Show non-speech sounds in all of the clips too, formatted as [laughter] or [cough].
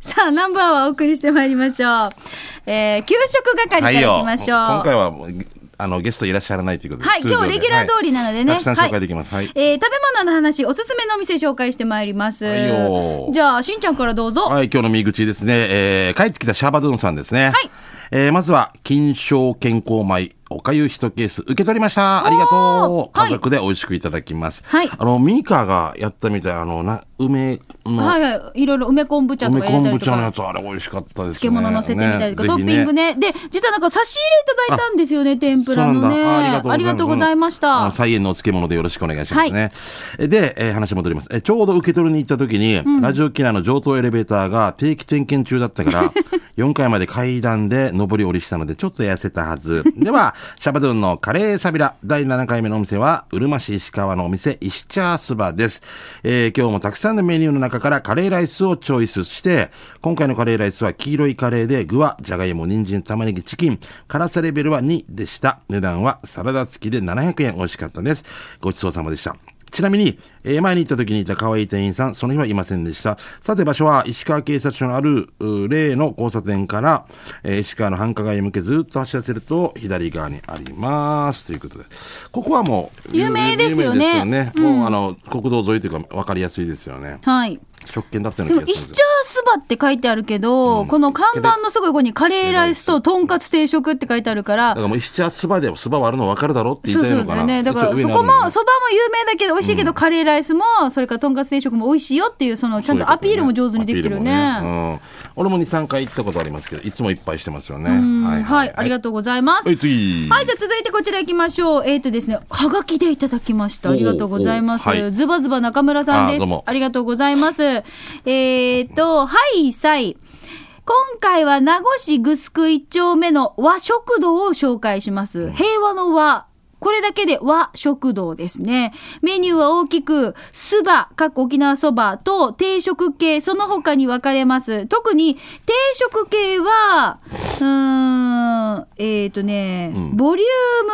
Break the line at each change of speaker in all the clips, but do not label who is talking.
さあ、ナンバーはお送りしてまいりましょう。えー、給食係からいきましょう。
はいよ今回はもうあのゲストいらっしゃらないということで。
はい、
通常
今
で
日レギュラー通りなのでね。
はいたくさん紹介できます。はい。
えー食べ物の話、おすすめのお店紹介してまいります。
はいよ
じゃあ、しんちゃんからどうぞ。
はい、今日の右口ですね。えー帰ってきたシャバドゥンさんですね。
はい
えーまずは、金賞健康米、おかゆ一ケース、受け取りました。ありがとう。
はい
家族で美味しくいただきます。
はい
あの、ミカがやったみたい、あの、な、梅の、
はいはい。いろいろ梅昆布茶と
梅
か入れたり
昆布
と
茶のや
か。
つ、あれ美味しかったですね。
漬物乗せてみたりとか、
ね
トッピング。ね。で、実はなんか差し入れいただいたんですよね、天
そ
ぷ
うな
ら
ん
の
だ
ね。ありがとうございまし
あの
た。
菜園のお漬物でよろしくお願いしますね。えで、えー話戻ります。えちょうど受け取りに行った時に、ラジオ機内の上等エレベーターが定期点検中だった
[laughs]
から、4階まで階段で上り下りしたので、ちょっと痩せたはず。では、シャバドゥンのカレーサビラ、第7回目のお店は、うるま市石川のお店、石茶スバです。えー今日もたくさんのメニューの中からカレーライスをチョイスして、今回のカレーライスは黄色いカレーで、具はじゃがいも、人参、玉ねぎ、チキン、辛さレベルは2でした。値段はサラダ付きで700円美味しかったです。ごちそうさまでした。ちなみに、えー前に行った時にいた可愛い店員さん、その日はいませんでした。さて場所は石川警察署のある、う例の交差点から、えー石川の繁華街へ向けずっと走らせると左側にあります。ということで、ここはもう、
有名ですよね
有名ですよねもうあの、国道沿いというか分かりやすいですよね。
はい。
食券だったよ
で
う
も
な、気
イ
がす
ス
るん
チャー
ですよ。
スバって書いてあるけど、この看板のすぐ横にカレーライスととんかつ定食って書いてあるから
だか、らもう石茶そばでそば割るの分かるだろうって言
そ
い
そ
うたいの
う
か
だ
な。
よね。だから、そ
ちょっと上にあ
こ
るの
も、そばも有名だけど、美味しいけど、カレーライスも、それからとんかつ定食も美味しいよっていう、その、ちゃんとアピールも上手にできてるね。
アピールもねうん、俺も2、3回行ったことありますけど、いつもいっぱいしてますよね。
うんはい、ありがとうございます。
はい、次。
はい、じゃあ続いてこちら行きましょう。えっ、とですね、はがきでいただきました。ありがとうございます。
おーおーはい
ズバズバ中村さん
あー
で
どう
す
も。
ありがとうございます。えっ、と、はい、さい。今回は名護市ぐすく一丁目の和食堂を紹介します。平和の和。これだけで和食堂ですね。メニューは大きく、そば、かっこ沖縄そばと定食系、その他に分かれます。特に定食系は、うーん、えっ、とね、
うん
ボリュ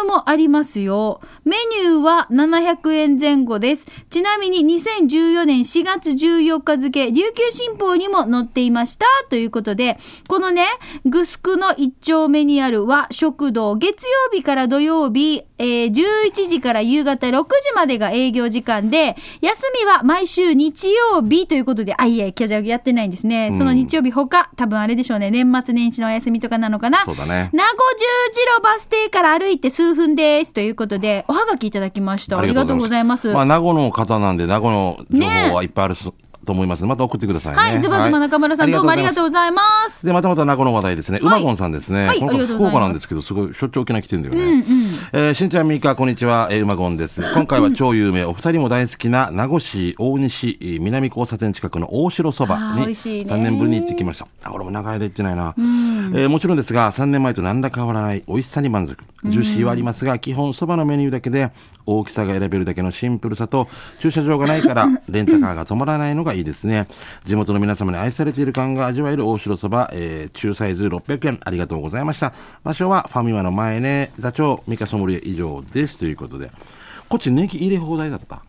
ームもありますよ。メニューは700円前後です。ちなみに2014年4月14日付、琉球新報にも載っていました。ということで、このね、グスクの一丁目にある和食堂、月曜日から土曜日、えー11時から夕方6時までが営業時間で、休みは毎週日曜日ということで、あ、いやいや、キャジャグやってないんですね。その日曜日他、多分あれでしょうね、年末年始のお休みとかなのかな。
そうだね。
名護十字路バス停から歩いて数分ですということでおはがきいただきましたありがとうございます
まあ、名護の方なんで、名護の情報はいっぱいあると思います。また送ってくださいね。
はいズバズバ中村さん、どうもありがとう
う
ございます
で、またまた名護の話題ですね。うまごんさんですね。
はい
この
あり
方
がとう
福
ございます
岡なんですけど、すごいしょっちゅう沖縄来てるんだよね。
うんうん
えー、しんちゃん、みーか、こんにちは。えー、うまご
[laughs]
んです。今回は超有名、お二人も大好きな名護市大西えー南交差点近くの大城そば
あー美
に
味しいね
3年ぶりに行ってきました。あ、俺も長い間行ってないな。えーもちろんですが、3年前と何ら変わらない美味しさに満足。ジューシーはありますが、基本そばのメニューだけで、大きさが選べるだけのシンプルさと、駐車場がないから、レンタカーが止まらないのがいいですね。地元の皆様に愛されている感が味わえる大城そば、えー中サイズ600円、ありがとうございました。場所はファミマの前ね、座長、三笠ソムリエ以上です。ということで、こっちネギ入れ放題だった。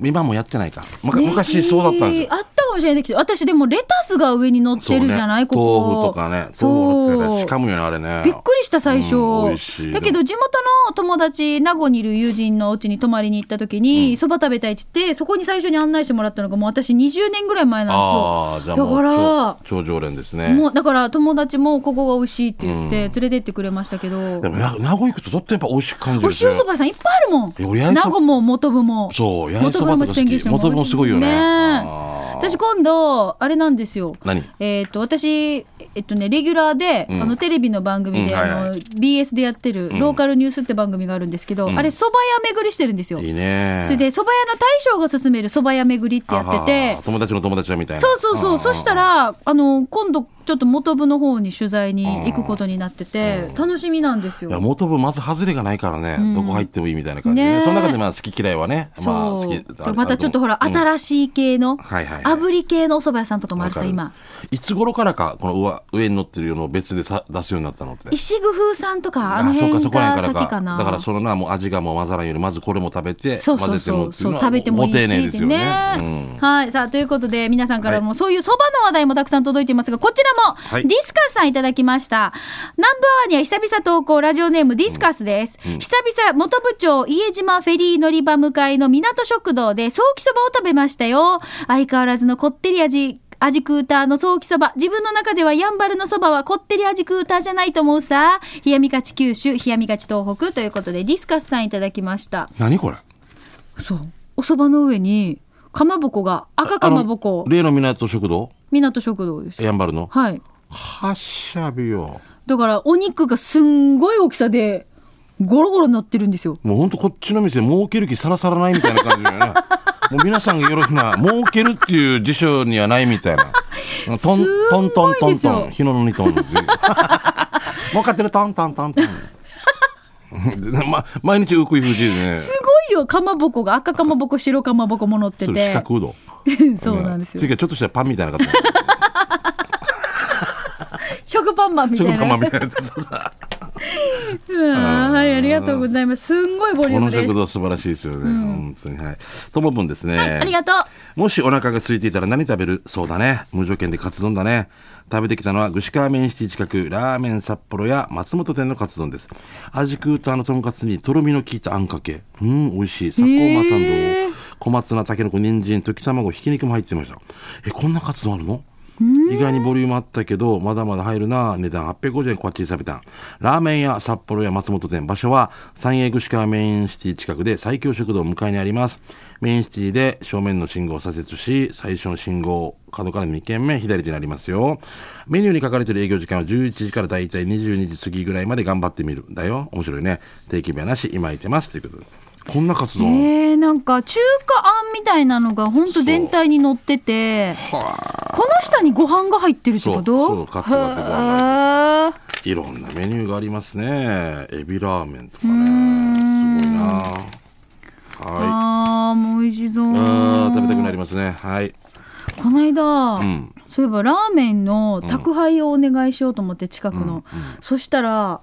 今もやってないか。むか昔そうだったんですよ。
あったかもしれないけど私でもレタスが上に乗ってるじゃない、
そうね
ここ
豆腐とかね
そう
豆腐ってねしかむよねあれね
びっくりした最初、
うん美味しい
だけど地元の友達名護にいる友人のお家に泊まりに行った時にそば、蕎麦食べたいって言ってそこに最初に案内してもらったのがもう私20年ぐらい前
あ
なん
あ
です
じゃ
よ
あも
だから
う超超常連ですね
もうだから友達もここが美味しいって言って連れてってくれましたけど、
でもな名古屋行くととってもやっぱ美味しく感じる
お
ですよ
塩そば屋さんいっぱいあるも
いや俺八
ん
重
名
そば
護も元部も
そう八重
元
そ
部
ばと
も
か好き
も
元部もすごいよね
ね
あー
私今度あれなんですよ
何
えっと私えっとねレギュラーで、
ん
あのテレビの番組で、
うんはいはい
あの BS でやってる「ローカルニュース」って番組があるんですけど、あれそば屋巡りしてるんですよ、
いいね
それでそば屋の大将が勧めるそば屋巡りってやって
あは
て
は友達の友達だみたいな
そうそうそう。そしたら、あの、今度ちょっと元部の方に取材に行くことになってて、楽しみなんですよ。
いや、元部まず外れがないからね、どこ入ってもいいみたいな感じで、
ね
ね。
え
その中でまあ好き嫌いはね、まあ
そ
好
う
き。ある
またちょっとほら、
うん
新しい系の、
はいはいはい
炙り系のお蕎麦屋さんとかもあ
わ
る
か
さ、
る
今。
いつ頃からか、この上上に乗ってるのを別でさ出すようになったのって。
石工風さんとか、あの
そう
辺
か
が
そこらへんから
先
か
かな。
だからそのなもう味がもう混ざらんようにまずこれも食べて
そうそ
混
う
ぜて
そ
もっ
う
ていう
そう
のは
食べてもいい
ご丁寧
し
です
で
よ
ね
ねうん
はいさあということで皆さんから
は
もそういうそばの話題もたくさん届いていますがこちらも、
はい
ディスカスさんいただきました南部アワーには久々投稿ラジオネームディスカスです、久々元部長家島フェリー乗り場向かいの港食堂でソーキそばを食べましたよ相変わらずのこってり味味クーターのソーキそば。自分の中ではやんばるのそばはこってり味クーターじゃないと思うさ。冷やみがち九州、冷やみがち東北ということで、ディスカスさんいただきました。
何これ
そう。お蕎麦の上に、かまぼこが、赤かまぼこ
あの、例の港食堂
港食堂ですよ。
やんばるの
はい。
はっしゃびよ
だから、お肉がすんごい大きさで、ゴロゴロなってるんですよ。
もうほんとこっちの店儲ける気さらさらないみたいな感じだ
[laughs]
よねもう皆さんがよろしな儲けるっていう辞書にはないみた
[laughs]
いなトン
す
ト
ん
ント
ご
ン
い
ト
で
ン
すよ
トン日野のにト
[laughs]
ン儲かってるトントントント
[laughs]
ンま毎日うくいふじです
ごいよ、かまぼこが、赤かまぼこ、白かまぼこも乗って
ねそれ
て
四。角うど
[laughs]
ん
そうなんですよ。
次はちょっとしたパンみたいな
[laughs]
形。
食パンマンみ
ちょ
た
っ
い
と釜
な。
みたいな。そうそう
うんはい、ありがとうございます。すんごいボリュ
こ
ー
の
ムで
食
す。
堂素晴らしいですよね。本当にはい。ともぶんですね。
はい、ありがとう。
もしお腹が空いていたら何食べるそうだね。無条件でカツ丼だね。食べてきたのは、串川麺シティ近く、ラーメン札幌や松本店のカツ丼です。味クーターのとんかつにとろみの効いたあんかけ。うん、美味しい。佐久間さん
へー
の小松菜、たけのこ、人参、溶き卵、ひき肉も入ってました。え、こんなカツ丼あるの意外にボリュームあったけど、まだまだ入るな。値段850円、こっちり食べた。ラーメン屋、札幌や松本店。場所は、三栄串川メインシティ近くで最強食堂向かいにあります。メインシティで正面の信号を左折し、最初の信号、角から2軒目、左手になりますよ。メニューに書かれている営業時間は11時からだいたい22時過ぎぐらいまで頑張ってみる。だよ。面白いね。定期日はなし、今いてます。ということで。こんな活動。
えー、なんか中華あんみたいなのが本当全体に乗っててこの下にご飯が入ってるってこと
そうそうカツがあってご飯が
へー
いろんなメニューがありますね。エビラーメンとかね。すごいな。は
あーもう美味しそう
い。あー食べたくなりますね。はい。
この間、
ん
そういえばラーメンの宅配をお願いしようと思って近くの、そしたら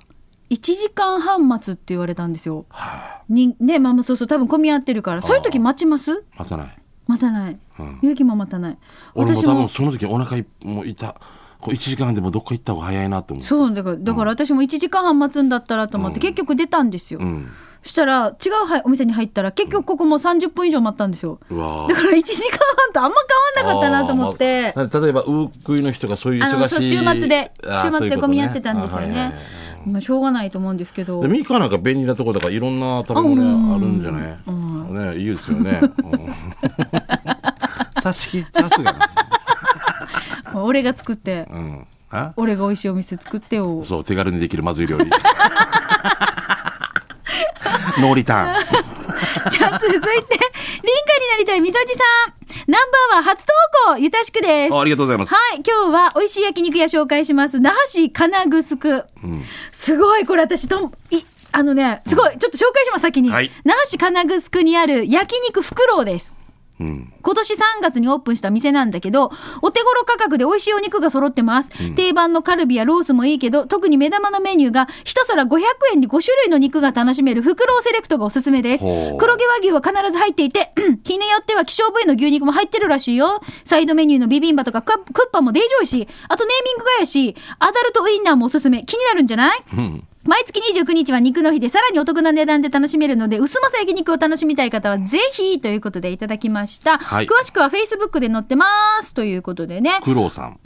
1時間半待つって言われたんですよ、にねまあまあそうそう多分混み合ってるからそういう時待ちます
待たない。
待たない
うん
勇気も待たない
俺も多分その時お腹いもういた。こう1時間でもどっか行った方が早いなと思う。
そうだからだから私も1時間半待つんだったらと思って、結局出たんですよ、
うん。
そしたら違うはいお店に入ったら結局ここも30分以上待ったんですよ
うわー
だから1時間半とあんま変わんなかったなと思って
あーまあ例えば、ウークイの人がそういう
あ
忙
の
しい。
そう週末で
あー
週末で混み合ってたんですよ。
そういうこと
ね
あーはいはいはい
まあしょうがないと思うんですけど
でミカなんか便利なとこだからいろんな食べ物あるんじゃない、ね、いいですよ
[laughs]
ね。うん差し切ったすがね。
俺が作って
うん。あ
俺が美味しいお店作ってよ
[laughs] そう、手軽にできるまずい料
[laughs]
理。ノーリターン。
じゃあ続いて、リンカになりたいみそじさん。ナンバーは初投稿、ゆたしくです。
あありがとうございます
はい、今日は美味しい焼肉屋紹介します。那覇市金具すく。すごい、これ私とん、い、あのね、すごい、ちょっと紹介します、先に。
はい
那覇市金具すくにある焼肉フクロウです。
うん。
今年3月にオープンした店なんだけど、お手頃価格で美味しいお肉が揃ってます。定番のカルビやロースもいいけど、特に目玉のメニューが、一皿500円に5種類の肉が楽しめるフクロウセレクトがおすすめです。
ほう
黒毛和牛は必ず入っていて、うん日によっては希少部位の牛肉も入ってるらしいよ。サイドメニューのビビンバとかカクッパもデージョイし、あとネーミングがやし、アダルトウインナーもおすすめ。気になるんじゃない毎月29日は肉の日でさらにお得な値段で楽しめるので薄政焼肉を楽しみたい方はぜひということでいただきました、
はい
詳しくは Facebook で載ってますということでね、
クロウさん。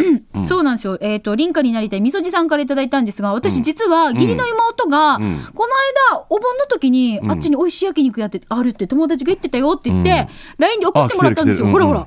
そうなんですよえっ、と林家になりたいみそじさんからいただいたんですが私実は義理の妹が、
ん
この間お盆の時に、あっちに美味しい焼肉やってあるって友達が言ってたよって言って、LINE で送ってもらったんですよ、
あ来
ほ
てる来てる
らほら、
うん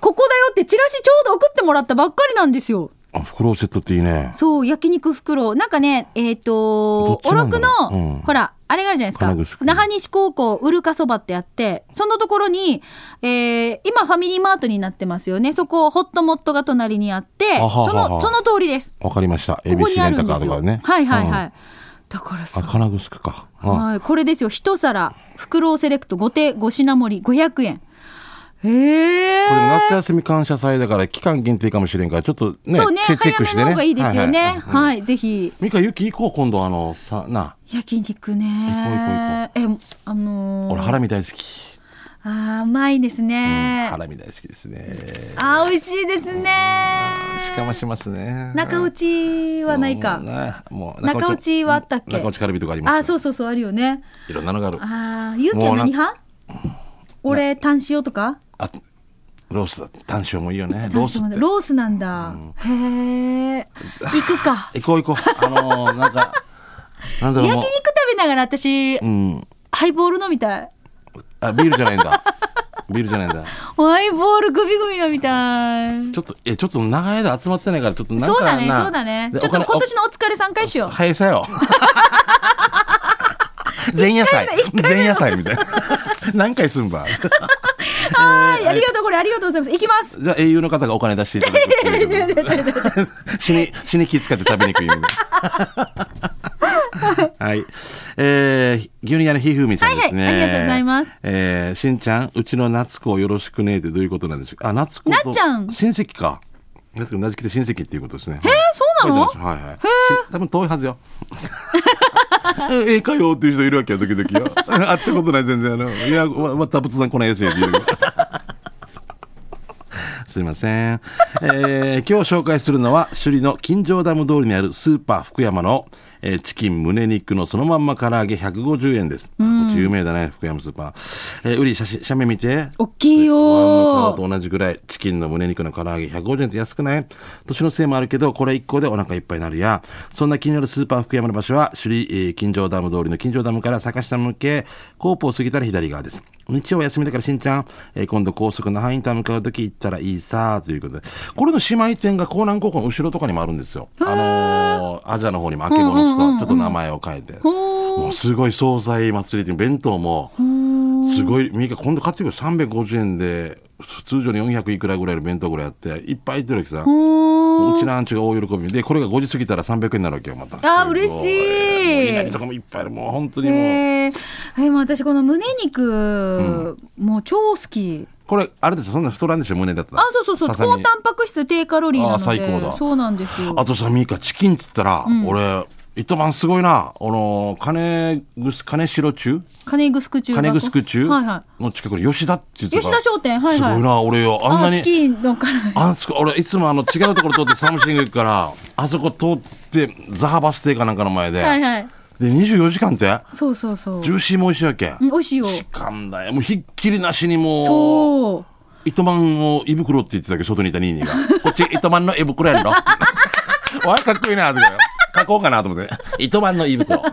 ここだよってチラシちょうど送ってもらったばっかりなんですよ
あ、袋セットっていいね。
そう、焼肉袋。なんかね、えっ、と、
ど
お
っちな
ろ
んだ
く
ろうう
の
ん、
ほら、あれがあるじゃないで
金
す
具
か。那覇西高校、うるかそばってあって、そのところに、えー今ファミリーマートになってますよね。そこ、ホットモットが隣にあって、
あはは
その、その通りです。
わかりました。
ここ
ABC
にあ
レ
る
ンタ
ん
カ
です
ーと
よ。
かね。
はいはいはい。
うん
だからさ
あ、、金具すくか。うん
はい、これですよ。一皿、袋セレクト5手5品盛り500円。ええー。
これでも夏休み感謝祭だから期間限定かもしれんから、ちょっとね、
そうね、
チェチェッ
早
ク
め
して
の
ね。
方がいいですよ
は
ね。
いはい。
はい、ぜひ。
ミカ、ユキ行こう、今度、あの、さ、な、
焼肉ね。え、あのー、
俺、ハラミ大好き。
あーうまいですね
ハ。ラミ大好きですね。
あー、美味しいですね。
しかましますね。
中落ちはない
もう
か。
ねもう
中落ちはあったっけ
中落ちカルビとかあり
あ
ま
ー、
す。
そうそうそう、あるよね。
いろんなのがある。
あー、ゆうきは
もうな
何派俺、タン塩とか
あ、ロースだ。単勝もいいよね。
タ
ロ
ン
ース
塩
っ
で
て。
ロースなんだ。へえ。行くか。
行こう行こう。あのー、なんか、
[laughs]
なんだろう、
焼
も
肉食べながら私
う。う、ん。
ハイボール飲みたい。
あ、ビールじゃないんだ。ビールじゃないんだ。
ハイボールグビグビ飲みたい。
ちょっと、え、ちょっと長い間集まってないから、ちょっとなんかな。
そうだね、そうだね。ちょ
で
っと今。
お金
年のお疲れ3回しよう。
はいさ
[laughs]
よ。前夜祭。前夜祭みたいな。 [laughs] 何回すんば。
はい、ありがとう、これありがとうございます。行きます。
じゃあ英雄の方がお金出していただくって
[laughs]
いう。死に、死に気使って食べにくいんで。はい。えー、牛乳屋のひふみさんですね。
はいはいありがとうございます。
えー、しんちゃん、うちの夏子をよろしくねってどういうことなんでしょうか。あ、夏子と。
なっちゃん
親戚か。夏子、なじきて親戚っていうことですね。へえ
そうなの
はいはい。し多分遠いはずよ。えええかよっていう人いるわけよ、時々よ。 [laughs] 会ったことない、全然。あの、いや、ま、また仏壇来ないやつやって言うけど [laughs] すいません。えー、今日紹介するのは、首里の金城ダム通りにあるスーパー福山の、えーチキン胸肉のそのまんま唐揚げ150円です。あこっち有名だね、福山スーパー。えー、うり、写真、写メ見て。
おっきい
ワンの皮
よ
と同じぐらい、チキンの胸肉の唐揚げ150円って安くない年のせいもあるけど、これ1個でお腹いっぱいになるや。そんな気になるスーパー福山の場所は、首里、えー金城ダム通りの金城ダムから坂下向け、コープを過ぎたら左側です。日曜休みだからしんちゃん、えー今度高速の範囲ター向かうとき行ったらいいさということで。これの姉妹店が江南高校の後ろとかにもあるんですよ。あのーアジアの方にもあけぼのストア、ちょっと名前を変えて。
ほー
もうすごい惣菜祭りで弁当も、すごい、みか今度買ってくる350円で、通常に400いくらぐらいの弁当ぐらいあって、いっぱい入ってるわけさ。も
ほー
ううちのアンチが大喜びで、これが5時過ぎたら300円になるわけよ、また。
あー
すご
嬉しい
もういなりとかもいっぱいある。もう本当にもう。
へーえ、もう私この胸肉、もう超好き。
これ、あれでしょ、そんな太らんでしょ、胸だったら。
あ、そうそうそう、
ささみ
高タンパク質低カロリーなので。
あー最高だ
そうなんですよ。
あとさ、ミカ、チキンっつったら、俺、一晩すごいな。あの、金ぐす、金城中
金城中学校。
金城中
はいは
の近くに吉田っていう
い。
とこ
吉田商店、はいはい。
すごいな、俺よ。あんなに。
あ、チキンのから。
あんすこ俺いつもあの違うところ通ってサムシング行くから
[laughs]
あそこ通ってザハバス停かなんかの前で,、
はいはい。
で24時間って
そうそうそう。
ジューシーも美味しいわけ、
うん美味しいよ。
時間だよもうひっきりなしにもう
そう。
糸満を胃袋って言ってたけど外にいたニーニーが
[laughs]
こっち糸満の胃袋やんろおいかっこいいなって書こうかなと思って糸満の胃袋 [laughs]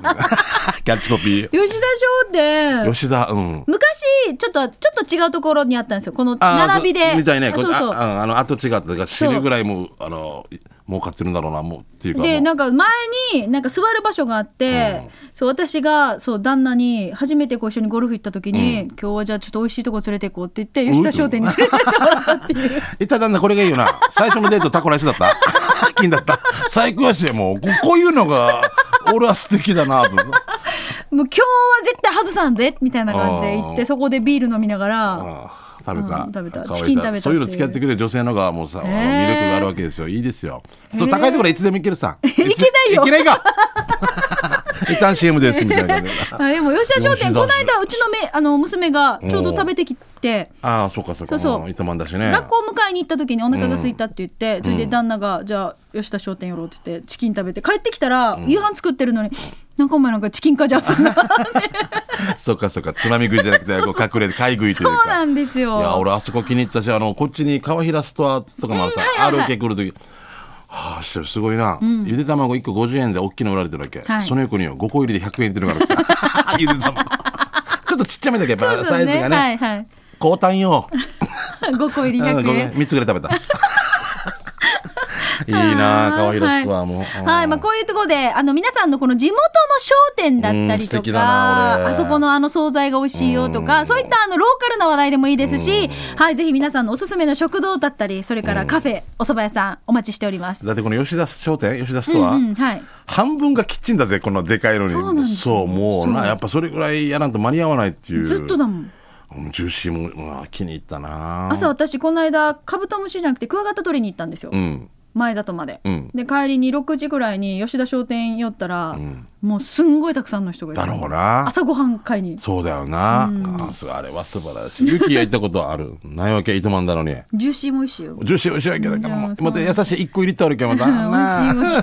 キャッチコピ
吉田商店。
ー吉田うん
昔ちょっとちょっと違うところにあったんですよこの
あー
並びで
そうみたいね
あ
こ
そ
れ
うそう
あああの後違っただから知
そう
るぐらいもうあの儲かってるんだろうなもうっていうかも
で
う
なんか前になんか座る場所があって、そう私がそう旦那に初めてこう一緒にゴルフ行った時に、今日はじゃあちょっと美味しいとこ連れて行こうって言って吉田商店に連
[laughs]
れてってもらったっていう
いただんだこれがいいよな。最初のデートタコライスだった [laughs] 金だった。最高やし、もうこ。こういうのが、俺は素敵だなと思って。
もう今日は絶対外さんぜみたいな感じで行っ
あ
て
ー
そこでビール飲みながら
ああ食べた
う。ん食べた
可愛い
チキン食べたっていう
そういうの付き合ってくれる女性の方がもうさ、あの
ね
魅
え
力があるわけですよ。いいですよ。そう、高いところはいつでも行ける
[laughs]
さ。いけ
ないよ
いけない
[laughs]
か。一旦 CM です、みたいな感じで。
あでも吉田商店
吉田
この間うちのめあの娘がちょうど食べてきて。
ああ、そうかそう
そ
か。
うそう
うんいつもんだしね。
学校迎えに行った時にお腹が空いたって言って、それで旦那が「じゃあ吉田商店寄ろう」って言ってチキン食べて帰ってきたら、夕飯作ってるのに「なんかお前なんかチキンかじゃす
[laughs]
な」
そうかそうか。つまみ食いじゃなくて、こう隠れて、買い食いという
そ
か。
うなんですよ
いや、俺、あそこ気に入ったし、あの、こっちに川平ストアとかもあるさ、
うんはいはいはい
あるけ来るとき、はあ、すごいな。ゆで卵1個50円で大きいの売られてるわけ。
はい
その横によ、5個入りで100円っていうのがあるさ。
[laughs]
ゆで卵。ちょっとちっちゃめだけど、やっぱ
そう
サイズが
はい
ね。
はい [laughs]
高単よ。
5個入り
[laughs] うんご
100 [laughs]
めん、
円
3つぐらい食べた。いいなあ川広ストアも。
はい、まあ、こういうところで、あの、皆さんのこの地元の商店だったりと
うん素敵だな
か、
俺
あそこのあの惣菜が美味しいよとか、そういったあの、ローカルな話題でもいいですし、はい、ぜひ皆さんのおすすめの食堂だったり、それからカフェ、お蕎麦屋さん、お待ちしております。
だってこの吉田商店、吉田ストア、
うんうんはい。
半分がキッチンだぜ、このでかいのに。
そうなんですよ
そうもうな、やっぱそれぐらいやらんと間に合わないっていう。
ずっとだもん。
うんジューシーも、うわ気に入ったな
朝私この間カブトムシじゃなくてクワガタ取りに行ったんですよ、
うん。
前里まで、
うん
で帰りに6時ぐらいに吉田商店寄ったら、もうすんごいたくさんの人がいて
だろうな。
朝ごはん買いに
そうだよな。あすあれは素晴らしい。ユキが行ったことある。ないわけ、いとまんだのに。
ジューシーも美味しいよ
ジューシー美味しいわけだから、
いや
もう
そう
また優しい一個入れてあるけど、また。な
[laughs]
あ
美味しい美味しい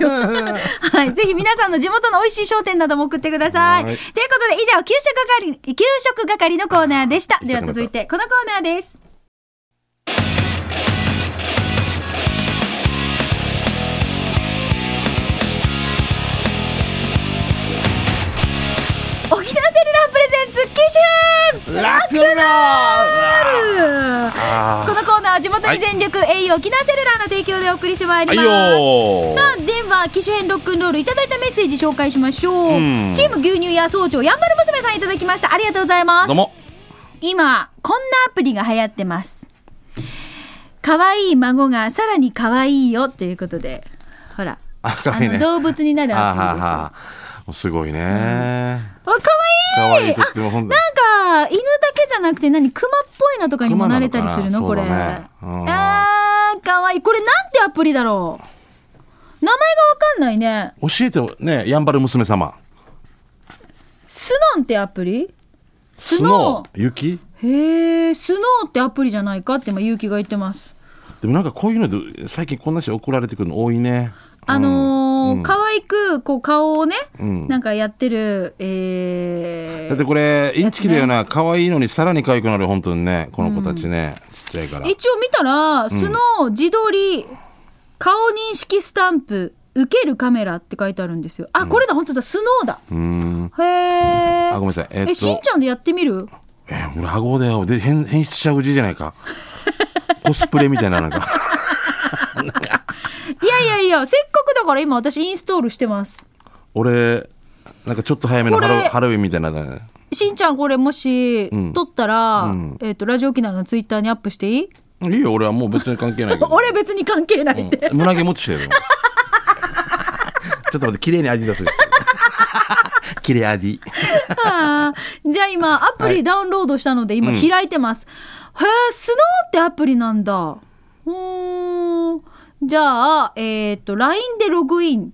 はい。ぜひ皆さんの地元の美味しい商店なども送ってください。と
は
いう
い
ことで、以上、給食係、給食係のコーナーでした。では続いて、このコーナーです。沖縄セルラープレゼンツ、機種編
ラクローあ
このコーナーは地元に全力、栄養沖縄セルラーの提供でお送りしてまい
ーは
り
い
ま
よ
す。
ー
さあでは機種編ロックンロールいただいたメッセージ紹介しましょう、
うん
チーム牛乳屋総長やんばる娘さんいただきましたありがとうございま
ど
す
うも。
今こんなアプリが流行ってます可愛い孫がさらに可愛いよということでほら
あ可愛いね
の動物になる
あは
ア
はもうすごいね。
プリですあ
可
可愛い
愛いとっても本当
あなんか犬だけじゃなくて何熊っぽいのとかにもなれたりするのこ
熊
れ
なのかなそうだねうん
あー可愛いこれなんてアプリだろう名前がわかんないね
教えてよね、やんばる娘様。
スノンってアプリス
ス
ノ
ノ
ー
ー、雪
へえスノーってアプリじゃないかって今結城が言ってます
でもなんかこういうので、最近こんな人怒られてくるの多いね。
あのー可愛くこう顔をね、
うん
なんかやってるえ
だって
ー
これ、インチキだよな。可愛いのにさらに可愛くなる、本当にね。この子たちね。ちっちゃいから。
一応見たら、スノー自撮り顔認識スタンプ受けるカメラって書いてあるんですよあ、これだ本当だスノーだ
うーん。
へえ
あ、ごめんなさい。えっ
えしん
と
ち、ゃんでやってみる
えー、俺、顎だよ。で、変、変質者口じゃな
[laughs]
いか。コスプレみたいな、なんか。
いやいやいやせっかくだから今私インストールしてます
俺、なんかちょっと早めのハロ
これ
ハロウィンみたいなね。
しんちゃんこれもし
ん
撮ったら、
うん
えっ、とラジオ機能のツイッターにアップしていい、
いいよ、俺はもう別に関係ないけど。
[laughs] 俺別に関係ないって、 [laughs]
うん胸毛持ちしてるよ。 [laughs] ちょっと待って、綺麗にアディダスです。 [laughs] 綺麗アディ。
あーじゃあ今アプ
は
リ
い
ダウンロードしたので今開いてます、へえスノーってアプリなんだうーんじゃあえっ、と LINE でログイン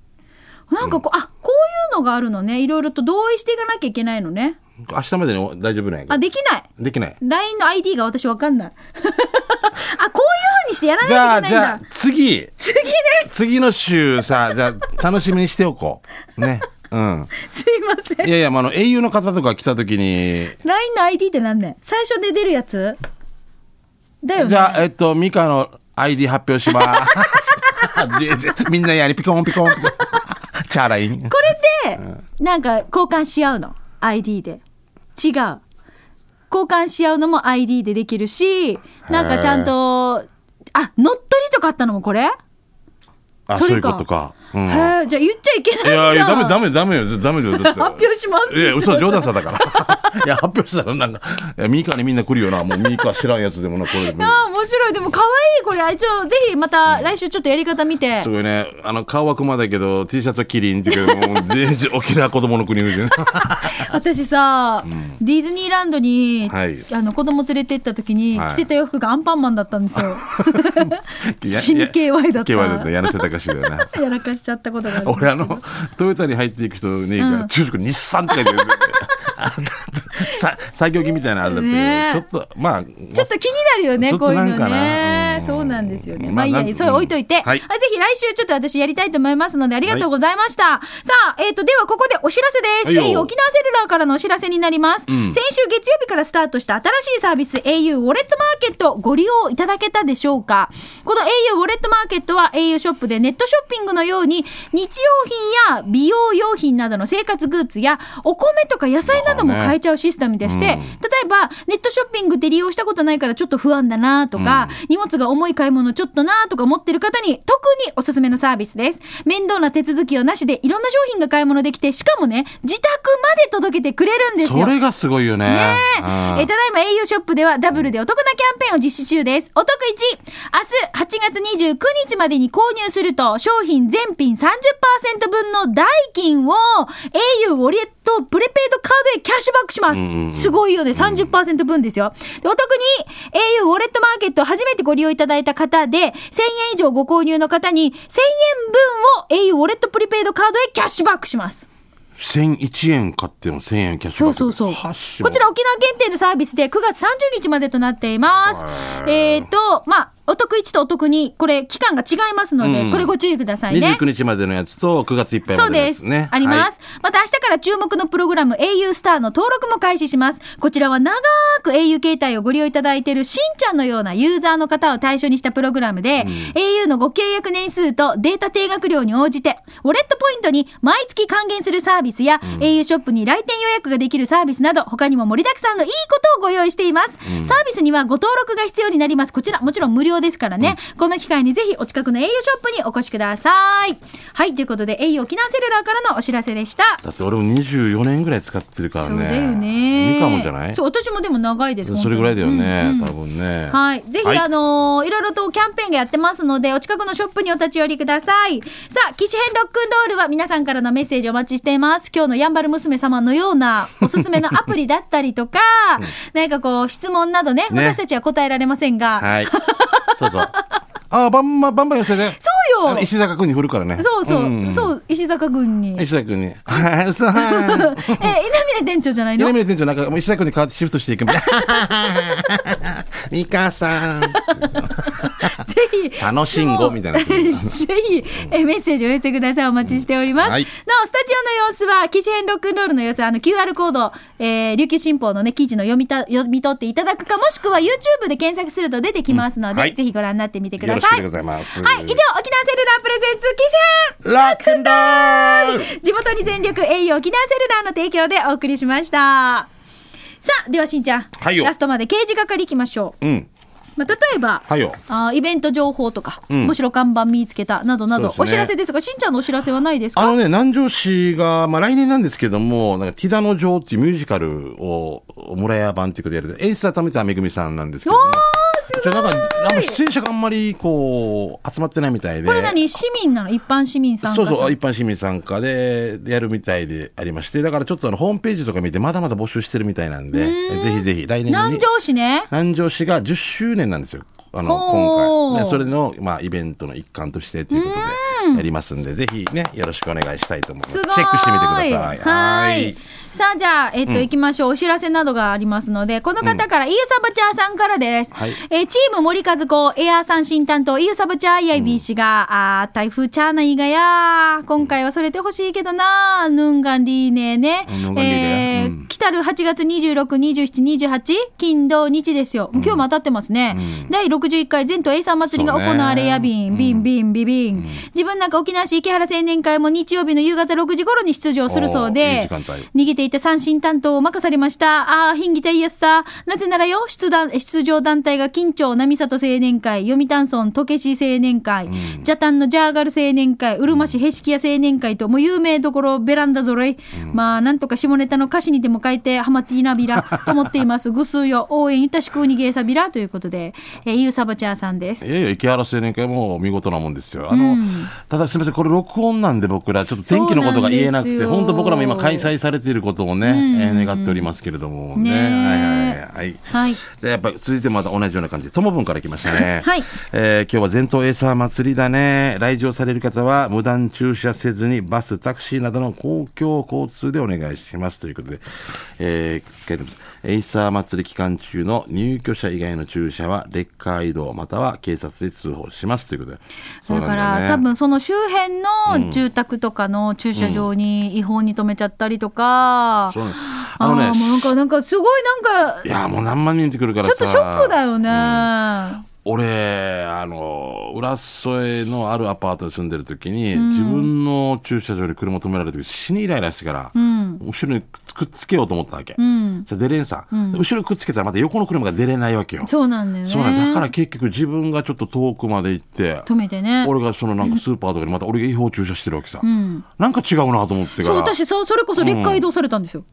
なんかこう、あこういうのがあるのねいろいろと同意していかなきゃいけないのね
明日までに大丈夫なんや
あできない
できない。
LINE の ID が私わかんない [laughs] あこういうふうにしてやら
じゃ
な
あ、
いといけ
じ
ないん
ゃ
だ
あ、次。次ね。次の週さ、じゃあ、楽しみにしておこう。ね。うん。
すいません
いやいや、まあ、あの、英雄の方とか来た時に、
LINE の ID ってなんね最初で出るやつだよね
じゃあ、えっと、ミカの ID 発表します。ででみんなやり、ピコンピコンピコン。チャライン。
これでなんか交換し合うの ID で違う交換し合うのも ID でできるしなんかちゃんとあ乗っ取りとかあったのもこれ、
あ、
そ
そう
れ
いう
か
ことか。うん。い
へえじゃあ言っちゃいけないじゃん
やいや、ダメダメダメよ、ダメよ。だっ
発
て
表しますって
い
言
や、
って
嘘、冗談さだから。 [laughs] いや、発表したらなんか、いやミカにみんな来るよな。もうミカ知らんやつでもな、これ。
あー面白いでも可愛いこれあ一応ぜひまた来週ちょっとやり方見て、
すごいね。あの、顔は熊だけど、T シャツはキリンっていうけど、もう全然沖縄子供の国みたい
[laughs]
な。
私さ、ディズニーランドに、
はい
あの子供連れてった時に
はい
着てた洋服がアンパンマンだったんです
[laughs]
よ、
や
死に KY だった
や KY だった。柳瀬隆だよ
[laughs]
な。
やらかしちゃったことがある
俺あの、トヨタに入っていく人に、
うん
中国日産って書いてる。あさ作業着みたいなのあるんだ
ねえ
って、ちょっと、まあ、
ちょっと気になるよね、
ちょっ
ことういう
なん
の
かな
ね
う。ん
そうなんですよね。ま
ま
あ
あ
いい
な
や、
ん
それ置いといて、
うんはい
あぜひ来週ちょっと私やりたいと思いますので、ありがとうございました。さあ、えっ、と、ではここでお知らせです。
はいよ
au 沖縄セルラーからのお知らせになります。先週月曜日からスタートした新しいサービス au ウォレットマーケットご利用いただけたでしょうかこの au ウォレットマーケットは au ショップでネットショッピングのように、日用品や美容用品などの生活グッズや、お米とか野菜なども変えちゃうシステムでして、
うん
例えばネットショッピングで利用したことないからちょっと不安だなとか、荷物が重い買い物ちょっとなとか思ってる方に特におすすめのサービスです。面倒な手続きをなしでいろんな商品が買い物できて、しかもね、自宅まで届けてくれるんですよ。
それがすごいよね。う
え
ん
ーただいま au ショップではダブルでお得なキャンペーンを実施中です。お得1、明日8月29日までに購入すると、商品全品30%分の代金を au ウォレットプレペイドカードへキャッシュバックしま
うんうんうん
す。すごいよね。30%分ですよ。でお得に au ウォレットマーケットを初めてご利用いただいた方で、1000円以上ご購入の方に、1000円分を au ウォレットプレペイドカードへキャッシュバックします。
1001円買っても1000円キャッシュ
そ
バ
う
ック
そうそう。
はっしも
こちら沖縄限定のサービスで9月30日までとなっています
は。い
えっと、まあ、お得1とお得2、これ期間が違いますので、
うん
これご注意くださいね。
29日までのやつと9月いっぱい
そ
ま
う
での
で
や
す
つね。。
あります。また明日から注目のプログラム au スターの登録も開始します。こちらは長く au 携帯をご利用いただいているしんちゃんのようなユーザーの方を対象にしたプログラムで、au のご契約年数とデータ定額量に応じて、ウォレットポイントに毎月還元するサービスや、au ショップに来店予約ができるサービスなど、他にも盛りだくさんのいいことをご用意しています。サービスにはご登録が必要になります。こちら、もちろん無料ですからね。この機会にぜひお近くの au ショップにお越しください。はい、ということで、au 沖縄セルラーからのお知らせでした。
だって俺も24年ぐらい使ってるからね。
そうだよね。
ミカもじゃない
そう、私もでも長いです。
それぐらいだよね、
本当にうんうん
多分ね。
はい。ぜひ、
はい
あのーいろいろとキャンペーンがやってますので、お近くのショップにお立ち寄りください。さあ、騎士編ロックンロールは皆さんからのメッセージお待ちしています。今日のヤンバル娘様のようなおすすめのアプリだったりと
[laughs]
か、何かこう、質問などね、
ね
私たちは答えられませんが、
はい。そ
[laughs]
うそう。あ、バンバン、バンバン寄せて。
そう
あの
よ
石坂君に振るからね。
そうそう、
ん
そう、石坂君に。 [laughs] え
石坂君に。はい、そうは
ー、稲峰店長じゃない
い。
の
[laughs] 稲峰店長なんか、もう石坂君に代わってシフトしていくみ
[laughs]
たいな。ミカさん。
ぜひ。
楽しんごみたいな
ぜひ、えメッセージお寄せください。お待ちしております。
はい
なお、スタジオの様子は、機種編ロックンロールの様子、あの、QR コード、えー、琉球新報のね、記事の読みた、読み取っていただくか、もしくは YouTube で検索すると出てきますので、
うんはい
ぜひご覧になってみてく
よ
だ
ろしく
さい。
でございます。
はい、以上、沖縄セルラープレゼンツ、機
ロックンロール
種編地元に全力、栄誉沖縄セルラーの提供でお送りしました。さあ、ではしんちゃん、
はいよ
ラストまで刑事係いきましょう。
うん。
まあ、例えば、
はいよ
あーイベント情報とか、
うん
面白看板見つけたなどなど、
そう
お
で
知
すね
らせですが、しんちゃんのお知らせはないです
あ
か
のね、南城市が、まあ、来年なんですけども、なんか、ティダの城っていうミュージカルを、村屋版っていうことでやる。演出はめためぐみさんなんですけ
お
ども。
ーす
じ
ごい
ゃあなんか、なんか出演者があんまり、こう、集まってないみたいで。
これ何市民なの一般市民さん
そ
が
うそう、一般市民参加でやるみたいでありまして、だからちょっとあの、ホームページとか見て、まだまだ募集してるみたいなんで、えぜひぜひ、来年に。
南城市ね
南城市が10周年なんですよ。あの、
ほう
今回。ねそれの、まあ、イベントの一環としてということで、やりますんで、ぜひね、よろしくお願いしたいと思います。
すごい
チェックしてみてください。
はーいさあじゃあ、えっと、行きましょう。お知らせなどがありますので、この方から、イユサバチャーさんからです。
はい
えーチーム森和子、エアー三振担当、イユサバチャーイアイビー氏が、あー台風チャーナイガや、今回はそれてほしいけどな、ヌンガンリーネーね。
うんヌンガンリーネ
え
う
ー
ん
来たる8月26、27、28、金土日ですよ。今日も当たってますね。第61回全都エイサー祭りが行われやび
そ
ん、
うね
ビンビンビビン。自分なんか沖縄市池原青年会も日曜日の夕方6時頃に出場するそう
おーいい
で
時間帯、
逃げていた三振担当を任されました。ああ、ヒンギタイヤスさ。なぜならよ、出団出場団体が緊張、波里青年会、読谷村、とけし青年会、ジャタンのジャーガル青年会、うるま市へしきや青年会と、もう有名どころベランダ揃い。まあ、なんとか下ネタの歌詞にでも書いて、ハマティーナビラと思っています。ぐすうよ、応援いたしくうにげーさびらということで、えー、ゆうさばちゃーさんです。
いやいや、池原青年会も見事なもんですよ。あの、ただすみません、これ録音なんで僕ら、ちょっと天気のことが言えなく
そうなんで
て、
すよ
本当僕らも今開催されていることをね、えー願っておりますけれどもね。
ねえ
はいはいはい。
はい
じゃあやっぱり続いてまた同じような感じで、ともぶんから来ましたね。
はい
えー今日は全島エーサー祭りだね。来場される方は無断駐車せずにバス、タクシーなどの公共交通でお願いしますということで、えー書いてます。エイサー祭り期間中の入居者以外の駐車はレッカー移動または警察で通報しますということで。そう
だ
なん
か
よ
ら、多分その周辺の住宅とかの駐車場に違法に止めちゃったりとか、
そうなんです
あ
あのね
ーもうなんか、なんかすごいなんか、
い
ちょ
やもう何万人ってくるからさ
っとショックだよね。
俺あの浦添のあるアパートに住んでる時に、自分の駐車場に車止められる時死にイライラしてから、
んん
後ろにくっつけようと思ったわけ。
うん。
じゃ出れんさ、後ろにくっつけたらまた横の車が出れないわけよ。
そうなんだよね。
そうなんだから結局自分がちょっと遠くまで行って、
止めてね。
俺がそのなんかスーパーとかでまた俺が違法駐車してるわけさ。
ん
なんか違うなと思ってか
そ
ら。
う、私そう、それこそ劣化移動されたんですよ。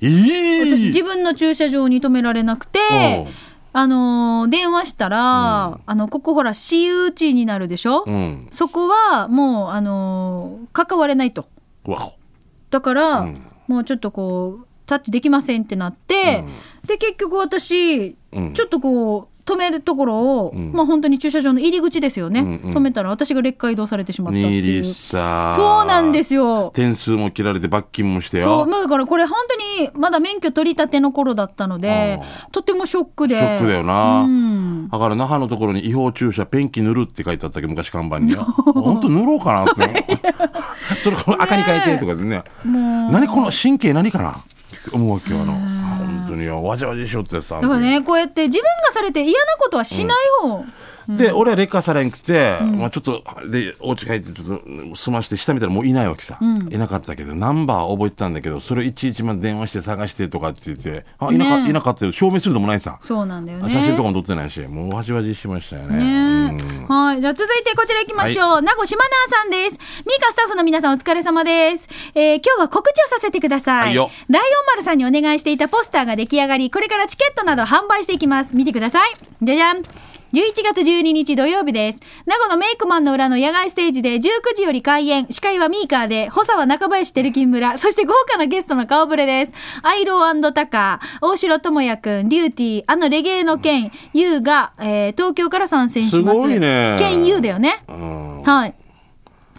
え
私
え
自分の駐車場に止められなくて
うん、
あのー電話したら、あの、ここほら、私有地になるでしょ、
うん。
そこは、もう、あのー関われないと。
わ
だから、
うん
もうちょっとこう、タッチできませんってなって、で、結局私、
うん
ちょっとこう、止めるところを、
ん
まあ本当に駐車場の入り口ですよね。
うんうん
止めたら私が劣化移動されてしま
お。
ったって
に
い
り
う。そ
さ。
うなんですよ。
点数も切られて罰金もして
そう、
よ。
まあだからこれ本当にまだ免許取り立ての頃だったので、とてもショックで。
ショックだよな
うん。
だから那覇のところに違法駐車ペンキ塗るって書いてあったっけ昔看板によ。本当塗ろうかな
[laughs]
って。それこの赤に変えてとかでね。
もう。
何この神経何かなって思うわけよ。あの、あ本当によ。わじゃわじゃしよってさ。
だからね、こうやって自分がされて嫌なことはしない方。
で、俺は劣化されんくて、まあちょっと、で、お家帰って、ちょっと済まして、下見たらもういないわけさ。いなかったけど、ナンバー覚えてたんだけど、それいちいちまで電話して探してとかって言って、あ、いなか,、
ねえ
いなかったよ。証明するでもないさ。
そうなんだよね。
写真とかも撮ってないし、もうわじわじしましたよね。
ね
うん
はい。じゃあ続いてこちら行きましょう。名護島奈さんです。ミカスタッフの皆さんお疲れ様です。えー今日は告知をさせてください。
はいよ
ライオン丸さんにお願いしていたポスターが出来上がり、これからチケットなど販売していきます。見てください。じゃじゃん。11月12日土曜日です。名護のメイクマンの裏の野外ステージで19時より開演。司会はミーカーで、補佐は中林照金村、そして豪華なゲストの顔ぶれです。アイロータカー、大城智也くん、リューティー、あのレゲエの剣、ユーが、えー東京から参戦します。
すごいね
剣 U だよね。
うん
はい。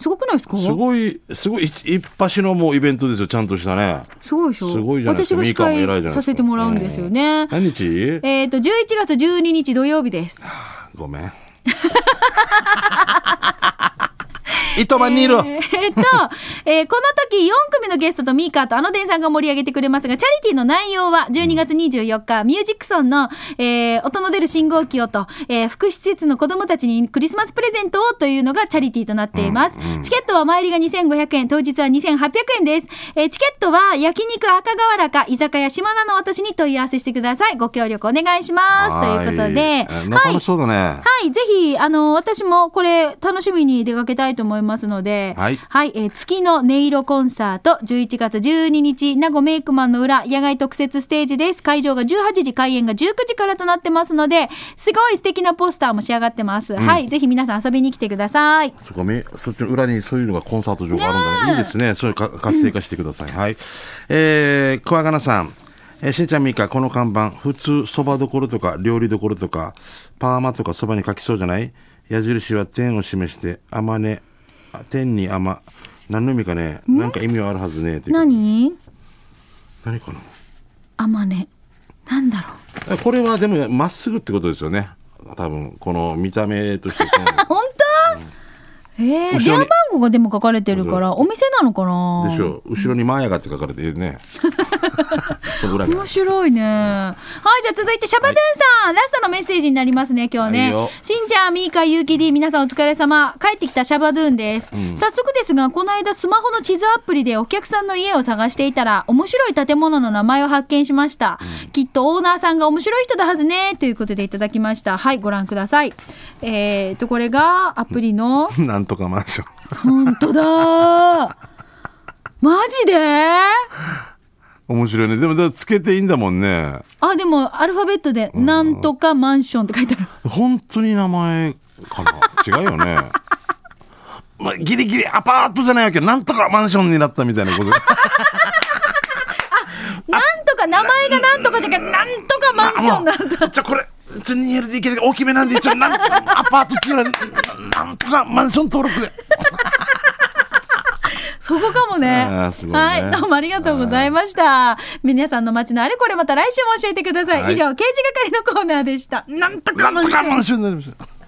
すごくないですか
すごい、すごい、一一発のもうイベントですよ、ちゃんとしたね。
すごいでしょ
すごいじゃないです
私
か。
が
ミ
司
カも偉いじゃな
会
いです
さ
か
せてもらうんですよ
う
ね
ん。何日
えっ、と、11月12日土曜日です。
ごめん。 [laughs] 糸満にいる
えーっと、えーこの時4組のゲストとミーカーとあのデンさんが盛り上げてくれますが、チャリティーの内容は12月24日、ミュージックソンの、えー音の出る信号機をと、えー福祉施設の子供たちにクリスマスプレゼントをというのがチャリティーとなっています。チケットは前売りが2500円、当日は2800円です。えーチケットは焼肉赤瓦か居酒屋島名の私に問い合わせしてください。ご協力お願いします。ということで、
はえ楽しそうだね。
はい、ぜひ、あの、私もこれ、楽しみに出かけたいと思いますので、
はい
えー月の音色コンサート、11月12日、名護メイクマンの裏、野外特設ステージです。会場が18時、開演が19時からとなってますので、すごい素敵なポスターも仕上がってます。はい、ぜひ皆さん遊びに来てください。
そっかめそっちの裏にそういうのがコンサート場がある
ねえ
んだね。いいですね。そういうか活性化してください。はい。えー、クワガナさん。えーしんちゃんみーか、この看板、普通、そばどころとか、料理どころとか、パーマとかそばに書きそうじゃない矢印は点を示して、あまね、あ天にあま、何の意味かね、なんか意味はあるはずね、ということ
何
何かな
あまね。なんだろう。
あこれはでも、まっすぐってことですよね。多分、この見た目
[laughs]
として、この
あ、本当、え
後
ー、
ろに
電話番号がでも書かれてるから、お店なのかな
でしょう後ろに「マーヤが」って書かれて
[laughs]
るね裏が
面白いね。はい、じゃあ続いてシャバドゥンさん、ラストのメッセージになりますね、今日
はい
ね
よ。
しんちゃん、みーか、ゆうきり、皆さんお疲れ様。帰ってきたシャバドゥンです。早速ですが、この間スマホの地図アプリでお客さんの家を探していたら、面白い建物の名前を発見しました。きっとオーナーさんが面白い人だはずね、ということでいただきました。はい、ご覧ください。えーと、これがアプリの、
[laughs] なんとかマンション
本当だーマジで
面白いねでもだからつけていいんだもんね
あ、でも、アルファベットで、なんとかマンションって書いてある。
本当に名前かな違うよね [laughs] まあ、ギリギリアパートじゃないわけよなんとかマンションになったみたいなこと
[laughs] なんとか、名前がなんとかじゃなくて、なんと [laughs] かマンションなんだ。
あもうちょこれちょ 2LDK で大きめなんで一応なんアパート作られなんとかマンション登録で
そこかもね。
あーすごいね
はい、どうもありがとうございました。皆さんの街のあれこれまた来週も教えてください。
はい
[laughs] 以上、刑事係のコーナーでした。なんとか
な
マ
ん
ン
と
ショ
か
ン
マ。ンションになりました